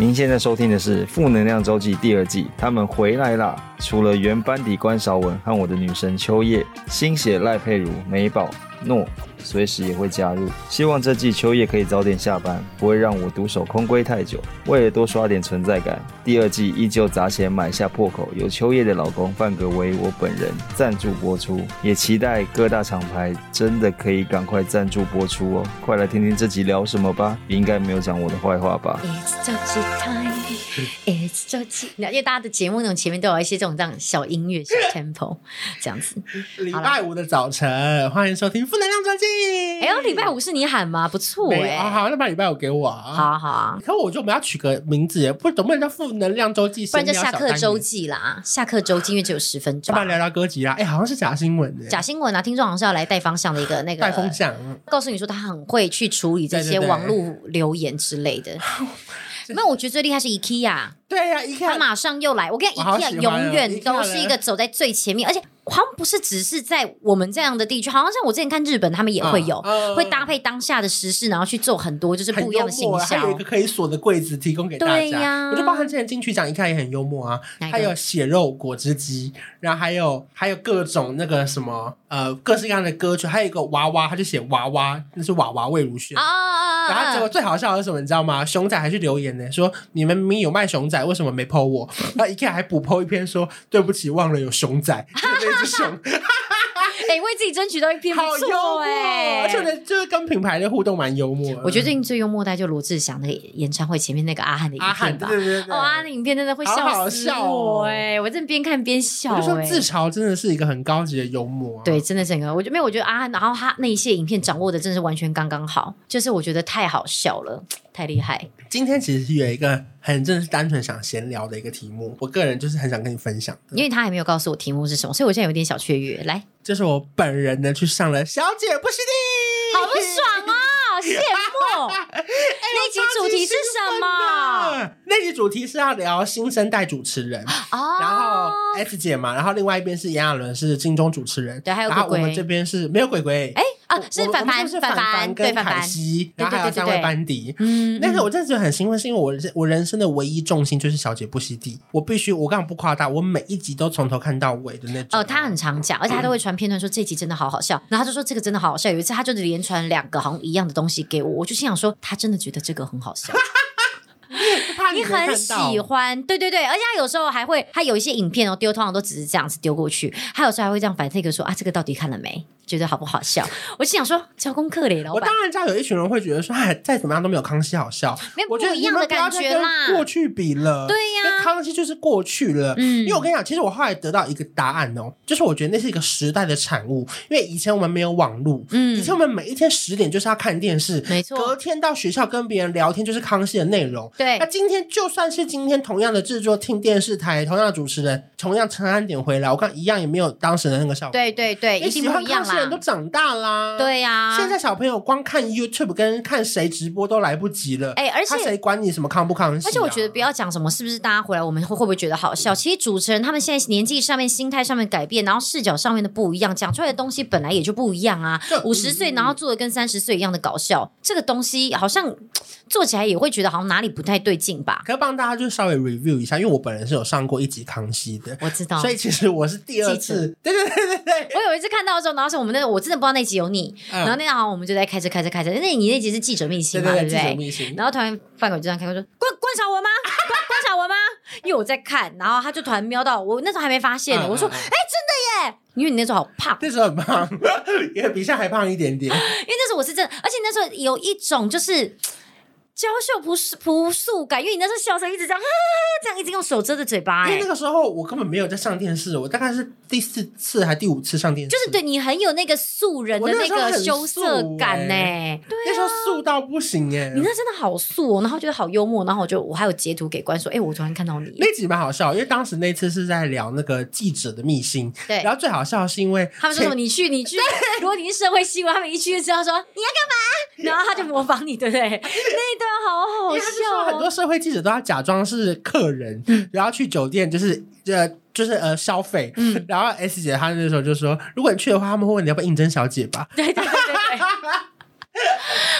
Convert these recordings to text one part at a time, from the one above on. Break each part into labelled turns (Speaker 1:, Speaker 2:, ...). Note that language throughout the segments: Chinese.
Speaker 1: 您现在收听的是《负能量周记》第二季，他们回来啦！除了原班底关韶文和我的女神秋叶，新血赖佩如、美宝、诺，随时也会加入。希望这季秋叶可以早点下班，不会让我独守空闺太久。为了多刷点存在感，第二季依旧砸钱买下破口，由秋叶的老公范格为我本人赞助播出。也期待各大厂牌真的可以赶快赞助播出哦！快来听听这集聊什么吧，应该没有讲我的坏话吧？
Speaker 2: It's Joji time. It's Joji。因为大家的节目那种前面都有一些这种这样小音乐、小 tempo 这样子。
Speaker 3: 礼拜五的早晨，欢迎收听《负能量专辑》。
Speaker 2: 哎呦，礼拜五是你喊吗？不错
Speaker 3: 没
Speaker 2: 哎、
Speaker 3: 哦好，那把礼拜五给我啊。
Speaker 2: 好啊好啊，
Speaker 3: 可我觉得我们要取个名字耶，不总不能叫负能量周记，
Speaker 2: 不然就下课周
Speaker 3: 记，
Speaker 2: 记啦，下课周记因为只有十分
Speaker 3: 要
Speaker 2: 钟
Speaker 3: 不。然聊聊歌集啊？哎，好像是假新闻的，
Speaker 2: 假新闻啊，听众好像是要来带方向的一个那个
Speaker 3: 带风向，
Speaker 2: 告诉你说他很会去处理这
Speaker 3: 对对
Speaker 2: 些
Speaker 3: 对
Speaker 2: 网络留言之类 的。没有，我觉得最厉害是 IKEA，
Speaker 3: 对呀，一
Speaker 2: 他
Speaker 3: 看
Speaker 2: 马上又来。我跟你
Speaker 3: 我
Speaker 2: 讲
Speaker 3: 好喜
Speaker 2: ，IKEA
Speaker 3: 欢哦
Speaker 2: 永远都是一个走在最前面，而且好像不是只是在我们这样的地区，好像像我之前看日本，他们也会有、
Speaker 3: 嗯嗯
Speaker 2: 会搭配当下的时事，然后去做很多就是
Speaker 3: 很
Speaker 2: 不一样
Speaker 3: 幽
Speaker 2: 的行
Speaker 3: 默啊，还有一
Speaker 2: 销
Speaker 3: 个。可以锁的柜子提供给大
Speaker 2: 对
Speaker 3: 家。
Speaker 2: 呀
Speaker 3: 我就包含之前金曲奖一看也很幽默啊，
Speaker 2: 哪一个
Speaker 3: 还有血肉果汁机，然后还有还有各种那个什么呃各式各样的歌曲，还有一个娃娃，他就写娃娃，那是娃娃魏如萱
Speaker 2: 啊。啊
Speaker 3: 然后结
Speaker 2: 啊
Speaker 3: 果
Speaker 2: 啊！
Speaker 3: 最好笑的是什么，你知道吗？熊仔还去留言呢，说你们明明有卖熊仔，为什么没 PO 我？然后一看还补 PO 一篇说对不起，忘了有熊仔，就那 只熊，
Speaker 2: 哎、为自己争取到一篇不
Speaker 3: 好幽
Speaker 2: 错
Speaker 3: 默，啊
Speaker 2: 哎、
Speaker 3: 而且呢，就是跟品牌的互动蛮幽默的。
Speaker 2: 我觉得最近最幽默大概就罗志祥那个演唱会前面那个阿汉的影
Speaker 3: 阿汉
Speaker 2: 片吧
Speaker 3: 嗯对。对对对，
Speaker 2: 哦，阿汉的影片真的会
Speaker 3: 好
Speaker 2: 笑
Speaker 3: 好
Speaker 2: 死
Speaker 3: 笑
Speaker 2: 我
Speaker 3: 哦
Speaker 2: 哎、我真的边看边笑
Speaker 3: 我就说
Speaker 2: 哎、
Speaker 3: 自嘲真的是一个很高级的幽默、啊。
Speaker 2: 对，真的整个，我觉得没有，我觉得阿啊汉，然后他那一些影片掌握的真是完全刚刚好，就是我觉得太好笑了，太厉害。
Speaker 3: 今天其实是有一个很真的是单纯想闲聊的一个题目，我个人就是很想跟你分享的，
Speaker 2: 因为他还没有告诉我题目是什么，所以我现在有点小雀跃。来，
Speaker 3: 这是我本人呢去上了《小姐不许你》，
Speaker 2: 好不爽
Speaker 3: 啊
Speaker 2: 哦，羡慕。哎那集主题是什么？
Speaker 3: 啊！那集主题是要聊新生代主持人，
Speaker 2: 哦，
Speaker 3: 然后 S 姐嘛，然后另外一边是炎亚纶是金钟主持人，
Speaker 2: 对还有
Speaker 3: 然后
Speaker 2: 鬼鬼
Speaker 3: 我们这边是没有鬼鬼，
Speaker 2: 哎啊
Speaker 3: 我，
Speaker 2: 是
Speaker 3: 我
Speaker 2: 凡
Speaker 3: 我们
Speaker 2: 凡，
Speaker 3: 这边是
Speaker 2: 凡
Speaker 3: 凡
Speaker 2: 对
Speaker 3: 跟
Speaker 2: 凡
Speaker 3: 凯
Speaker 2: 凡，
Speaker 3: 西，然后还
Speaker 2: 对
Speaker 3: 有
Speaker 2: 对对
Speaker 3: 三
Speaker 2: 对
Speaker 3: 位
Speaker 2: 对
Speaker 3: 班底。
Speaker 2: 嗯，
Speaker 3: 但是
Speaker 2: 嗯
Speaker 3: 我真的觉得很兴奋，是因为我人我人生的唯一重心就是小姐不息地，我必须我刚刚不夸大，我每一集都从头看到尾的那种。
Speaker 2: 哦，他很常讲，而且他都会传片段说这集真的好好笑，然后他就说这个真的好好笑。有一次他就是连传两个好像一样的东西给我，我就心想说他真的觉得这个很好笑。
Speaker 3: 怕
Speaker 2: 你
Speaker 3: 没看
Speaker 2: 很
Speaker 3: 到
Speaker 2: 喜欢，对对对，而且他有时候还会，他有一些影片哦，丢通常都只是这样子丢过去，他有时候还会这样反推一个说啊，这个到底看了没？觉得好不好笑？我心想说，交功课嘞，老
Speaker 3: 我
Speaker 2: 板，
Speaker 3: 当然知道有一群人会觉得说，哎，再怎么样都没有康熙好笑。
Speaker 2: 没有
Speaker 3: 我觉得
Speaker 2: 不一样的感觉
Speaker 3: 你们不要再跟
Speaker 2: 啦
Speaker 3: 过去比了。
Speaker 2: 对呀
Speaker 3: 因为康熙就是过去了。
Speaker 2: 嗯
Speaker 3: 因为我跟你讲，其实我后来得到一个答案哦，就是我觉得那是一个时代的产物，因为以前我们没有网络。以
Speaker 2: 嗯
Speaker 3: 前，我们每一天十点就是要看电视，
Speaker 2: 没错
Speaker 3: 隔天到学校跟别人聊天就是康熙的内容。
Speaker 2: 对
Speaker 3: 那今天就算是今天同样的制作、听电视台、同样的主持人、同样长安点回来，我看一样也没有当时的那个效果。，
Speaker 2: 对对对，
Speaker 3: 因为
Speaker 2: 一定
Speaker 3: 喜
Speaker 2: 不
Speaker 3: 欢
Speaker 2: 一样
Speaker 3: 康熙的人都
Speaker 2: 啦，
Speaker 3: 长大啦。。
Speaker 2: 对啊呀，
Speaker 3: 现在小朋友光看 YouTube 跟看谁直播都来不及了，
Speaker 2: 哎而且
Speaker 3: 他谁管你什么康不康熙、啊？
Speaker 2: 而且我觉得不要讲什么是不是大家回来我们会会不会觉得好笑，其实主持人他们现在年纪上面、心态上面改变，然后视角上面的不一样，讲出来的东西本来也就不一样啊
Speaker 3: 就。
Speaker 2: 五十
Speaker 3: 嗯
Speaker 2: 岁然后做的跟三十岁一样的搞笑，这个东西好像嘖做起来也会觉得好像哪里不太对劲吧？
Speaker 3: 可以帮大家就稍微 review 一下，因为我本人是有上过一集康熙的，
Speaker 2: 我知道，
Speaker 3: 所以其实我是第二次，对对对对对，
Speaker 2: 我有一次看到的时候，然后是我们那个我真的不知道那集有你，
Speaker 3: 嗯
Speaker 2: 然后那天好像我们就在开车开车开车，那你那集是记者秘辛
Speaker 3: 对
Speaker 2: 嘛，
Speaker 3: 对
Speaker 2: 不
Speaker 3: 记者
Speaker 2: 对？
Speaker 3: 秘辛，
Speaker 2: 然后突然范狗就这样开口说：“关关晓雯吗？ 关关晓雯吗？”因为我在看，然后他就突然瞄到我，那时候还没发现呢。
Speaker 3: 嗯
Speaker 2: 我 说：“
Speaker 3: 嗯
Speaker 2: 哎、
Speaker 3: 嗯
Speaker 2: 真的耶！”因为你那时候好胖，
Speaker 3: 那时候很胖，也比现在还胖一 点点，
Speaker 2: 因为那时候我是真的，而且那时候有一种就是。娇羞朴素朴素感，因为你那时候笑声一直这样，啊、 这样一直用手遮着嘴巴、
Speaker 3: 因为
Speaker 2: 哎
Speaker 3: 那，个时候我根本没有在上电视，我大概是第四次还第五次上电视，
Speaker 2: 就是对你很有那个素人
Speaker 3: 我
Speaker 2: 的
Speaker 3: 那
Speaker 2: 那
Speaker 3: 时候
Speaker 2: 个
Speaker 3: 很
Speaker 2: 羞涩
Speaker 3: 素欸
Speaker 2: 感
Speaker 3: 哎
Speaker 2: 呢、哎对
Speaker 3: 那时候素到不行哎、
Speaker 2: 你那真的好素哦，然后觉得好幽默，然后我就我还有截图给关说，哎、我昨天看到你，
Speaker 3: 那集蛮好笑，因为当时那次是在聊那个记者的秘辛，
Speaker 2: 对
Speaker 3: 然后最好笑的是因为
Speaker 2: 他们说什么？你去，你去。如果你是社会新闻，他们一去就知道说你要干嘛， 然后他就模仿你，对不对？那一段好好
Speaker 3: 因为他就说
Speaker 2: 笑、
Speaker 3: 很
Speaker 2: 哦。
Speaker 3: 多社会记者都要假装是客人，然后去酒店就是呃就是呃消费，
Speaker 2: 嗯
Speaker 3: 然后 S 姐她那时 候就说，如果你去的话，他们会问你要不要应征小姐吧，
Speaker 2: 对对对对对，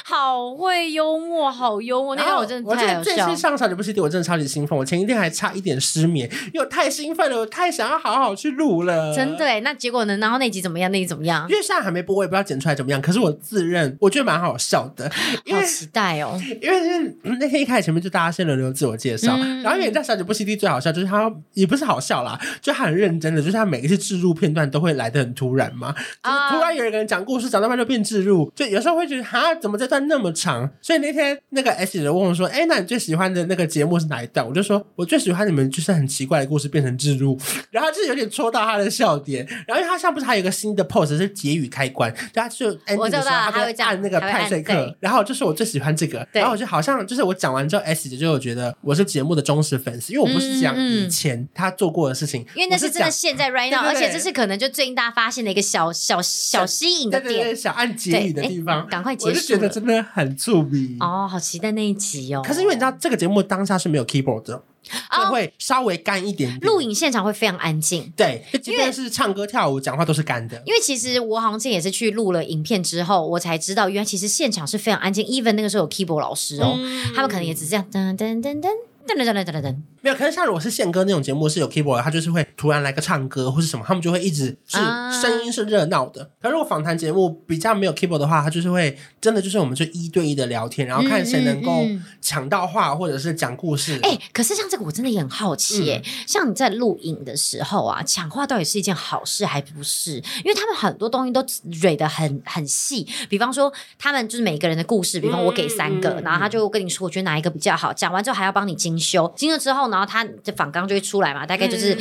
Speaker 2: 好会幽默，好幽默，那
Speaker 3: 然
Speaker 2: 段
Speaker 3: 后
Speaker 2: 我真的
Speaker 3: 我这
Speaker 2: 太
Speaker 3: 个
Speaker 2: 好
Speaker 3: 最
Speaker 2: 笑
Speaker 3: 近。上场的不是我真的超级兴奋，我前一天还差一点失眠，因为我太兴奋了，我太想要好好去录了，
Speaker 2: 真的。耶，那结果呢？然后那集怎么样？那集怎么样？
Speaker 3: 因为现在还没播，我也不知道剪出来怎么样。可是我自认我觉得蛮好笑的， 因
Speaker 2: 好
Speaker 3: 为
Speaker 2: 期待 哦！
Speaker 3: 因为就是那天一开始前面就大家先轮流自我介绍，
Speaker 2: 嗯
Speaker 3: 然后因为你在《小姐不息地》最好笑就是他也不是好笑啦，就他很认真的，就是他每一次置入片段都会来的很突然嘛，就是
Speaker 2: 啊
Speaker 3: 突然有一个人讲故事，讲到半就变置入，就有时候会觉得哈怎么这段那么长？所以那天那个 S 姐问我说，哎，那你最喜欢的那个节目是哪一段？我就说我最喜欢你们就是很奇怪的故事变成置入， 然后就是有点戳到他的笑点，然后因为他现在不是还有一个新的 pose 是结语开关，就他就 ending
Speaker 2: 知
Speaker 3: 的时
Speaker 2: 道
Speaker 3: 候他
Speaker 2: 他会
Speaker 3: 会
Speaker 2: 这样
Speaker 3: 按那个
Speaker 2: 他会
Speaker 3: 派
Speaker 2: 按
Speaker 3: 对克
Speaker 2: 对。
Speaker 3: 然后就是我最喜欢这个，
Speaker 2: 对
Speaker 3: 然后我就好像就是我讲完之后，S 姐就有觉得我是节目的忠实粉丝，因为我不是讲
Speaker 2: 嗯嗯
Speaker 3: 以前她做过的事情，
Speaker 2: 因为那
Speaker 3: 我
Speaker 2: 是
Speaker 3: 是
Speaker 2: 真的
Speaker 3: 讲
Speaker 2: 现 在 right
Speaker 3: 对
Speaker 2: now，而且
Speaker 3: 对
Speaker 2: 这是可能就最近大家发现的一个小小小吸引的
Speaker 3: 对对
Speaker 2: 点
Speaker 3: 对小按结语的地
Speaker 2: 哎
Speaker 3: 方，
Speaker 2: 赶快结束
Speaker 3: 我就觉得真的很触鼻。
Speaker 2: 哦，好期待那一集哦。
Speaker 3: 可是因为你知道这个节目当下是没有 keyboard 的，就
Speaker 2: 哦，
Speaker 3: 会稍微干一点点。
Speaker 2: 录影现场会非常安静。
Speaker 3: 对，就即便是唱歌跳舞讲话都是干的。
Speaker 2: 因为其实我好像也是去录了影片之后，我才知道原来其实现场是非常安静，even 那个时候有 keyboard 老师哦，
Speaker 3: 嗯
Speaker 2: 他们可能也只是这样噔噔噔噔噔噔噔噔噔噔，
Speaker 3: 没有，可是像如果是宪歌那种节目是有 keyboard，的他就是会突然来个唱歌或是什么，他们就会一直是
Speaker 2: 啊
Speaker 3: 声音是热闹的。可是如果访谈节目比较没有 keyboard 的话，他就是会真的就是我们就一对一的聊天，然后看谁能够
Speaker 2: 嗯嗯嗯
Speaker 3: 抢到话或者是嗯讲故事。
Speaker 2: 哎、可是像这个我真的也很好奇耶、像你在录影的时候啊，抢话到底是一件好事还不是？因为他们很多东西都蕊的很很细，比方说他们就是每个人的故事，比方我给三个，
Speaker 3: 嗯嗯嗯
Speaker 2: 然后他就跟你说，我觉得哪一个比较好，讲完之后还要帮你精修，精修之后，然后他的访纲就会出来嘛，大概
Speaker 3: 嗯
Speaker 2: 就是。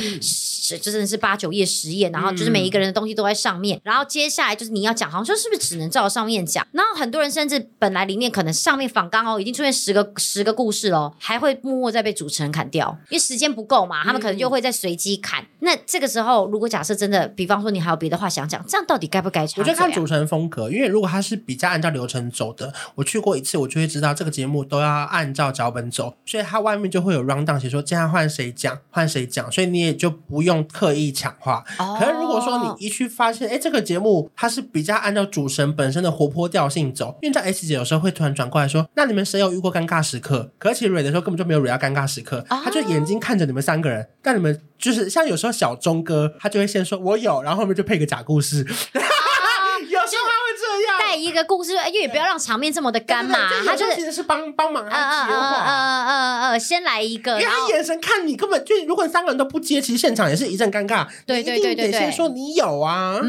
Speaker 2: 十，就真的是八九页十页，然后就是每一个人的东西都在上面，然后接下来就是你要讲，好像就是不是只能照上面讲？然后很多人甚至本来里面可能上面访纲哦，已经出现十个十个故事喽，还会默默在被主持人砍掉，因为时间不够嘛，他们可能
Speaker 3: 嗯
Speaker 2: 就会在随机砍。那这个时候，如果假设真的，比方说你还有别的话想讲，这样到底该不该插
Speaker 3: 我
Speaker 2: 嘴
Speaker 3: 觉
Speaker 2: 啊？
Speaker 3: 得看主持人风格，因为如果他是比较按照流程走的，我去过一次，我就会知道这个节目都要按照脚本走，所以它外面就会有 round down 写说今天换谁讲，换谁讲，所以你也就不用刻意抢话。
Speaker 2: 哦
Speaker 3: 可是如果说你一去发现，哎、这个节目它是比较按照主持人本身的活泼调性走，因为在 S 姐有时候会突然转过来说，那你们谁有遇过尴尬时刻？可是其实蕊的时候根本就没有蕊到尴尬时刻，
Speaker 2: 哦
Speaker 3: 他就眼睛看着你们三个人，但你们就是像有时候小钟哥，他就会先说我有，然后后面就配个假故事， 有时候他会这样。
Speaker 2: 带一个故事，因为也不要让场面这么的干嘛，
Speaker 3: 对对对
Speaker 2: 他
Speaker 3: 有时
Speaker 2: 就
Speaker 3: 候
Speaker 2: 是
Speaker 3: 其实是帮帮忙
Speaker 2: 嗯
Speaker 3: 他
Speaker 2: 嗯
Speaker 3: 接
Speaker 2: 嗯
Speaker 3: 话。
Speaker 2: 嗯嗯嗯，先来一个，
Speaker 3: 因为
Speaker 2: 然
Speaker 3: 他
Speaker 2: 后
Speaker 3: 眼神看你，根本就如果三个人都不接，其实现场也是一阵尴尬。
Speaker 2: 对
Speaker 3: 你一
Speaker 2: 对
Speaker 3: 定
Speaker 2: 对对
Speaker 3: 得
Speaker 2: 对
Speaker 3: 先说你有啊。
Speaker 2: 嗯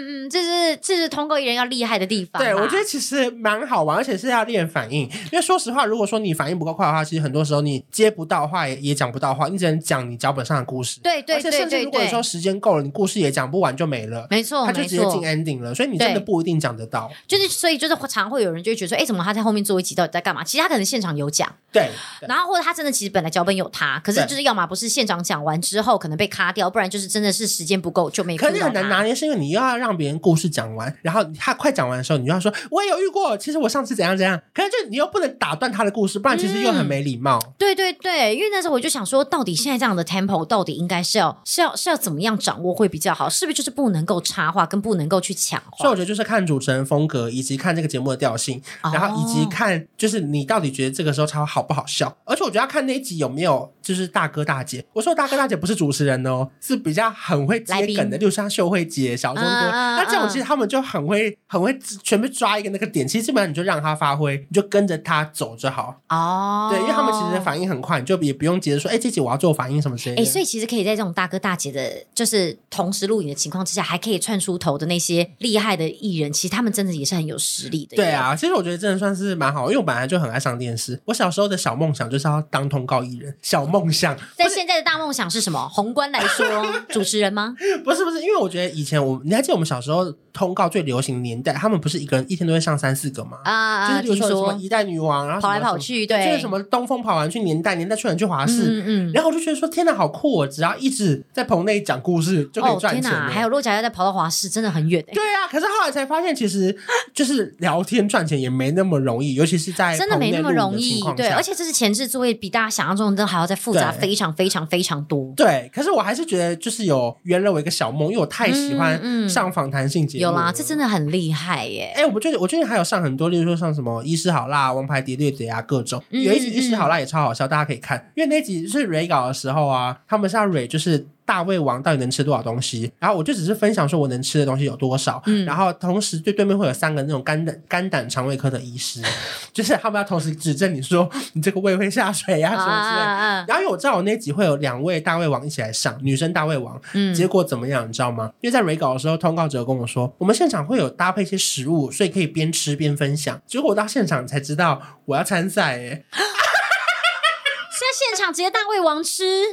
Speaker 2: 嗯嗯，这是这是通过艺人要厉害的地方啦。
Speaker 3: 对，我觉得其实蛮好玩，而且是要练反应。因为说实话，如果说你反应不够快的话，其实很多时候你接不到话，也也讲不到话，你只能讲你脚本上的故事。
Speaker 2: 对对
Speaker 3: 而且
Speaker 2: 对
Speaker 3: 甚至
Speaker 2: 对
Speaker 3: 如果说
Speaker 2: 对，
Speaker 3: 时间够了，你故事也讲不完就没了，
Speaker 2: 没错
Speaker 3: 他就
Speaker 2: 没
Speaker 3: 直接进
Speaker 2: 错，
Speaker 3: ending 了，所以你真的
Speaker 2: 对
Speaker 3: 不一定讲得到。
Speaker 2: 就是所以就是常会有人就会觉得说，哎，怎么他在后面做一集到底在干嘛？其实他可能现场有讲，
Speaker 3: 对，对
Speaker 2: 然后或者他真的其实本来脚本有他，可是
Speaker 3: 对
Speaker 2: 就是要么不是现场讲完之后可能被卡掉，不然就是真的是时间不够就没顾
Speaker 3: 可
Speaker 2: 到
Speaker 3: 是你很难
Speaker 2: 他
Speaker 3: 拿捏，是因为你又要让别人故事讲完，然后他快讲完的时候，你又要说我也有遇过，其实我上次怎样怎样。可是就你又不能打断他的故事，不然其实
Speaker 2: 嗯
Speaker 3: 又很没礼貌。
Speaker 2: 对对对，因为那时候我就想说，到底现在这样的 tempo 到底应该是要是要是要怎么样掌握会比较好？是不是就是不能够插话，跟不能够去抢
Speaker 3: 所以
Speaker 2: 话？
Speaker 3: 我觉得就是看主持人风格，以及看这个节目的调性，
Speaker 2: 哦
Speaker 3: 然后以及看就是你到底觉得这个时候超好不好笑。而且我觉得要看那一集有没有就是大哥大姐。我说的大哥大姐不是主持人哦，是比较很会
Speaker 2: 来
Speaker 3: 接
Speaker 2: 宾
Speaker 3: 梗的，例如像秀慧姐、小钟哥。
Speaker 2: 嗯嗯
Speaker 3: 那这种
Speaker 2: 嗯
Speaker 3: 其实他们就很会很会全部抓一个那个点，其实基本上你就让他发挥，你就跟着他走就好。
Speaker 2: 哦，
Speaker 3: 对，因为他们其实反应很快，你就也不用急着说，哎、这集我要做反应什么之类的。
Speaker 2: 哎、所以其实可以在这种大哥大姐的，就是同时录影的情况之下，还可以窜出头的那些厉害的艺人，其实他们真的也是很有实力的。
Speaker 3: 对，啊，其实我觉得真的算是蛮好，因为我本来就很爱上电视。我小时候的小梦想就是要当通告艺人，小梦想
Speaker 2: 在现在的大梦想是什么？宏观来 说，主持人吗？
Speaker 3: 不是不是，因为我觉得以前我，你还记得我们小时候通告最流行的年代，他们不是一个人一天都会上三四个吗？
Speaker 2: 啊
Speaker 3: 就
Speaker 2: 啊，
Speaker 3: 是比如
Speaker 2: 听
Speaker 3: 说有什么
Speaker 2: 说
Speaker 3: 一代女王，然后什
Speaker 2: 跑
Speaker 3: 么
Speaker 2: 来
Speaker 3: 什么
Speaker 2: 跑去，
Speaker 3: 就
Speaker 2: 对，
Speaker 3: 是什么东风跑完去年代，年代去完去华视。
Speaker 2: 嗯嗯。
Speaker 3: 然后我就觉得说，天哪，好酷哦！只要一直在棚内讲故事就可以
Speaker 2: 哦
Speaker 3: 赚
Speaker 2: 天
Speaker 3: 钱、
Speaker 2: 哪！
Speaker 3: 了。
Speaker 2: 还有落脚要再跑到华视，真的很远哎、
Speaker 3: 对啊，可是后来才发现，其实就是聊天赚钱也没那么容易，尤其是在
Speaker 2: 真的没那么
Speaker 3: 棚内录
Speaker 2: 容
Speaker 3: 影的情
Speaker 2: 易。
Speaker 3: 况
Speaker 2: 对，
Speaker 3: 下
Speaker 2: 而且这是前置作业，比大家想象中的还要再复杂，
Speaker 3: 对
Speaker 2: 非常非常非常多。
Speaker 3: 对，可是我还是觉得就是有圆了我一个小梦，因为我太喜
Speaker 2: 嗯
Speaker 3: 欢
Speaker 2: 嗯
Speaker 3: 上访谈性节目
Speaker 2: 有啦，
Speaker 3: 了
Speaker 2: 这真的很厉害耶！
Speaker 3: 哎、我们最近我最近还有上很多，例如说像什么《医师好辣》《王牌谍对谍》啊，各种。
Speaker 2: 嗯
Speaker 3: 有一集《
Speaker 2: 嗯
Speaker 3: 医师好辣》也超好笑，大家可以看。因为那集是蕊稿的时候啊，他们是要蕊就是大胃王到底能吃多少东西，然后我就只是分享说我能吃的东西有多少，
Speaker 2: 嗯
Speaker 3: 然后同时对对面会有三个那种肝胆肝胆肠胃科的医师， 就是他们要同时指证你说你这个胃会下水呀、啊、什么之类的。
Speaker 2: 啊！
Speaker 3: 然后因为我知道我那集会有两位大胃王一起来上，女生大胃王，
Speaker 2: 嗯
Speaker 3: 结果怎么样，你知道吗？因为在 re 稿的时候，通告者跟我说，我们现场会有搭配一些食物，所以可以边吃边分享。结果我到现场才知道我要参赛、欸，
Speaker 2: 现在现场直接大胃王吃，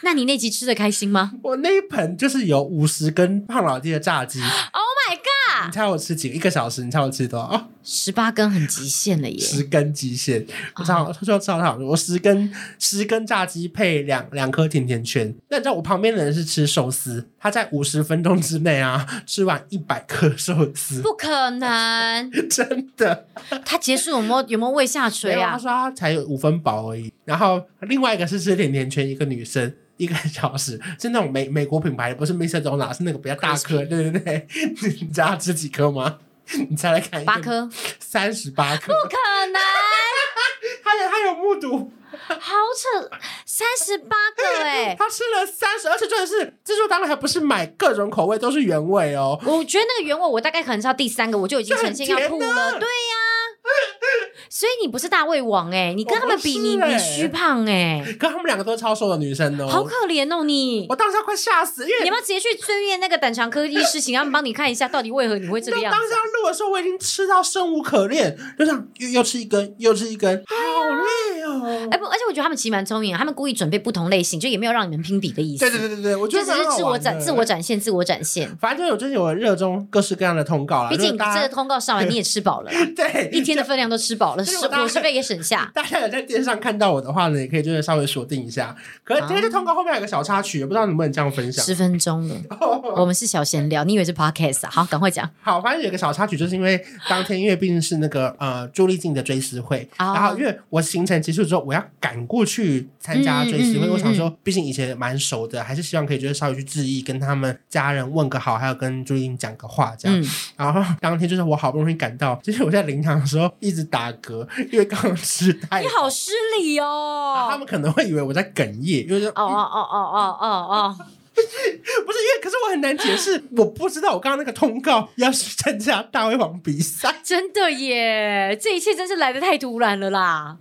Speaker 2: 那你那集吃的开心吗
Speaker 3: 我那一盆就是有五十根胖老爹的炸鸡，
Speaker 2: ？Oh my god！
Speaker 3: 你猜我吃几个？一个小时，你猜我吃多少？哦
Speaker 2: 十八根很极限了耶！
Speaker 3: 十根极限。我
Speaker 2: 哦
Speaker 3: 超他说超好，我十根十根炸鸡配两两颗甜甜圈。那你知道我旁边的人是吃寿司，他在五十分钟之内啊吃完一百颗寿司，
Speaker 2: 不可能，
Speaker 3: 真的。
Speaker 2: 他结束有没有有没有胃下垂
Speaker 3: 没有，他
Speaker 2: 啊？
Speaker 3: 说他才有五分饱而已。然后另外一个是吃甜甜圈，一个女生。一个小时 是那种美美国品牌，不是 Mr. Donut，是那个比较大颗，对对对。你知道他吃几颗吗？ 你猜来看，
Speaker 2: 八，颗，
Speaker 3: 三十八颗。
Speaker 2: 不可能，
Speaker 3: 他有他有目睹，
Speaker 2: 好扯，三十八个哎、
Speaker 3: 他吃了三十，而且重点是自助当然还不是买各种口味，都是原味哦。
Speaker 2: 我觉得那个原味，我大概可能是到第三个，我就已经呈现要吐
Speaker 3: 这很甜啊
Speaker 2: 了。对呀、所以你不是大胃王哎、你跟他们比，
Speaker 3: 我
Speaker 2: 你
Speaker 3: 不是欸
Speaker 2: 你虚胖哎、
Speaker 3: 可他们两个都是超瘦的女生哦，
Speaker 2: 好可怜哦你。
Speaker 3: 我当时快吓死，因为
Speaker 2: 你要不要直接去追阅那个胆肠科医师，请他们帮你看一下，到底为何你会这个
Speaker 3: 就
Speaker 2: 样
Speaker 3: 当
Speaker 2: 子啊
Speaker 3: 时？要录的时候，我已经吃到生无可恋，就想又又吃一根，又吃一根，好累哦。
Speaker 2: 哎、不，而且我觉得他们其实蛮聪明的，他们故意准备不同类型，就也没有让你们拼比的意思。
Speaker 3: 对对对对对，我觉
Speaker 2: 就
Speaker 3: 得
Speaker 2: 只
Speaker 3: 蛮
Speaker 2: 是
Speaker 3: 好
Speaker 2: 自我
Speaker 3: 玩的
Speaker 2: 展、自我。展现、自我展现。
Speaker 3: 反正有就是有热衷各式各样的通告啦，
Speaker 2: 毕竟
Speaker 3: 如
Speaker 2: 你
Speaker 3: 果大
Speaker 2: 这个
Speaker 3: 家
Speaker 2: 通告上完，你也吃饱了啦，
Speaker 3: 对
Speaker 2: 一天的分量都吃饱了，
Speaker 3: 就是
Speaker 2: 是
Speaker 3: 我大概
Speaker 2: 伙食费也省下。
Speaker 3: 大家有在电视上看到我的话呢，也可以就是稍微锁定一下。可是这
Speaker 2: 啊
Speaker 3: 个通告后面有个小插曲，也不知道能不能这样哦分享
Speaker 2: 十。分钟了，我们是小闲聊，你以为是 podcast 啊？好，赶快讲。
Speaker 3: 好，反正有个小插曲，就是因为当天因为毕竟是那个呃朱丽静的追思会，
Speaker 2: 哦
Speaker 3: 然后因为我行程结束之后，我要赶过去参加追思
Speaker 2: 嗯
Speaker 3: 会，
Speaker 2: 嗯嗯
Speaker 3: 我想说，毕竟以前也蛮熟的，还是希望可以就是稍微去致意，跟他们家人问个好，还有跟朱丽静讲个话这样。
Speaker 2: 嗯，
Speaker 3: 然后当天就是我好不容易赶到，就是我在领奖的时候一直打嗝，因为刚刚吃太
Speaker 2: 你好失礼
Speaker 3: 然后啊他
Speaker 2: 哦。
Speaker 3: 们可能会以为我在哽咽，因为就
Speaker 2: 哦哦哦哦哦哦
Speaker 3: 不是因为，可是我很难解释，我不知道我刚刚那个通告要去参加大胃王比 赛，
Speaker 2: 哦，真的耶！这一切真是来的太突然了啦，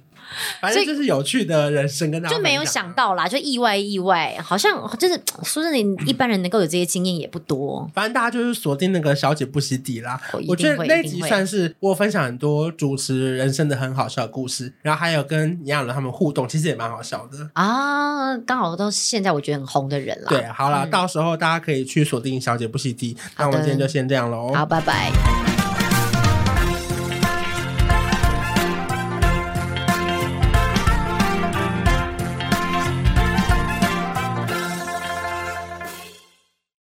Speaker 3: 反正就是有趣的人生跟大家
Speaker 2: 就没有
Speaker 3: 分享
Speaker 2: 想。到啦，就意外意外，好像真是说真的，一般人能够有这些经验也不多。
Speaker 3: 反正大家就是锁定那个小姐不洗底啦
Speaker 2: 哦我一，定
Speaker 3: 我觉得
Speaker 2: 会
Speaker 3: 那
Speaker 2: 一定
Speaker 3: 集
Speaker 2: 会
Speaker 3: 算是我分享很多主持人生的很好笑的故事，然后还有跟炎亚纶他们互动，其实也蛮好笑的。
Speaker 2: 啊，刚好都是现在我觉得很红的人啦。
Speaker 3: 啊
Speaker 2: 嗯
Speaker 3: 对，好啦，到时候大家可以去锁定小姐不洗底。那
Speaker 2: 好
Speaker 3: 我们
Speaker 2: 的
Speaker 3: 今天就先这样喽，
Speaker 2: 好，拜拜。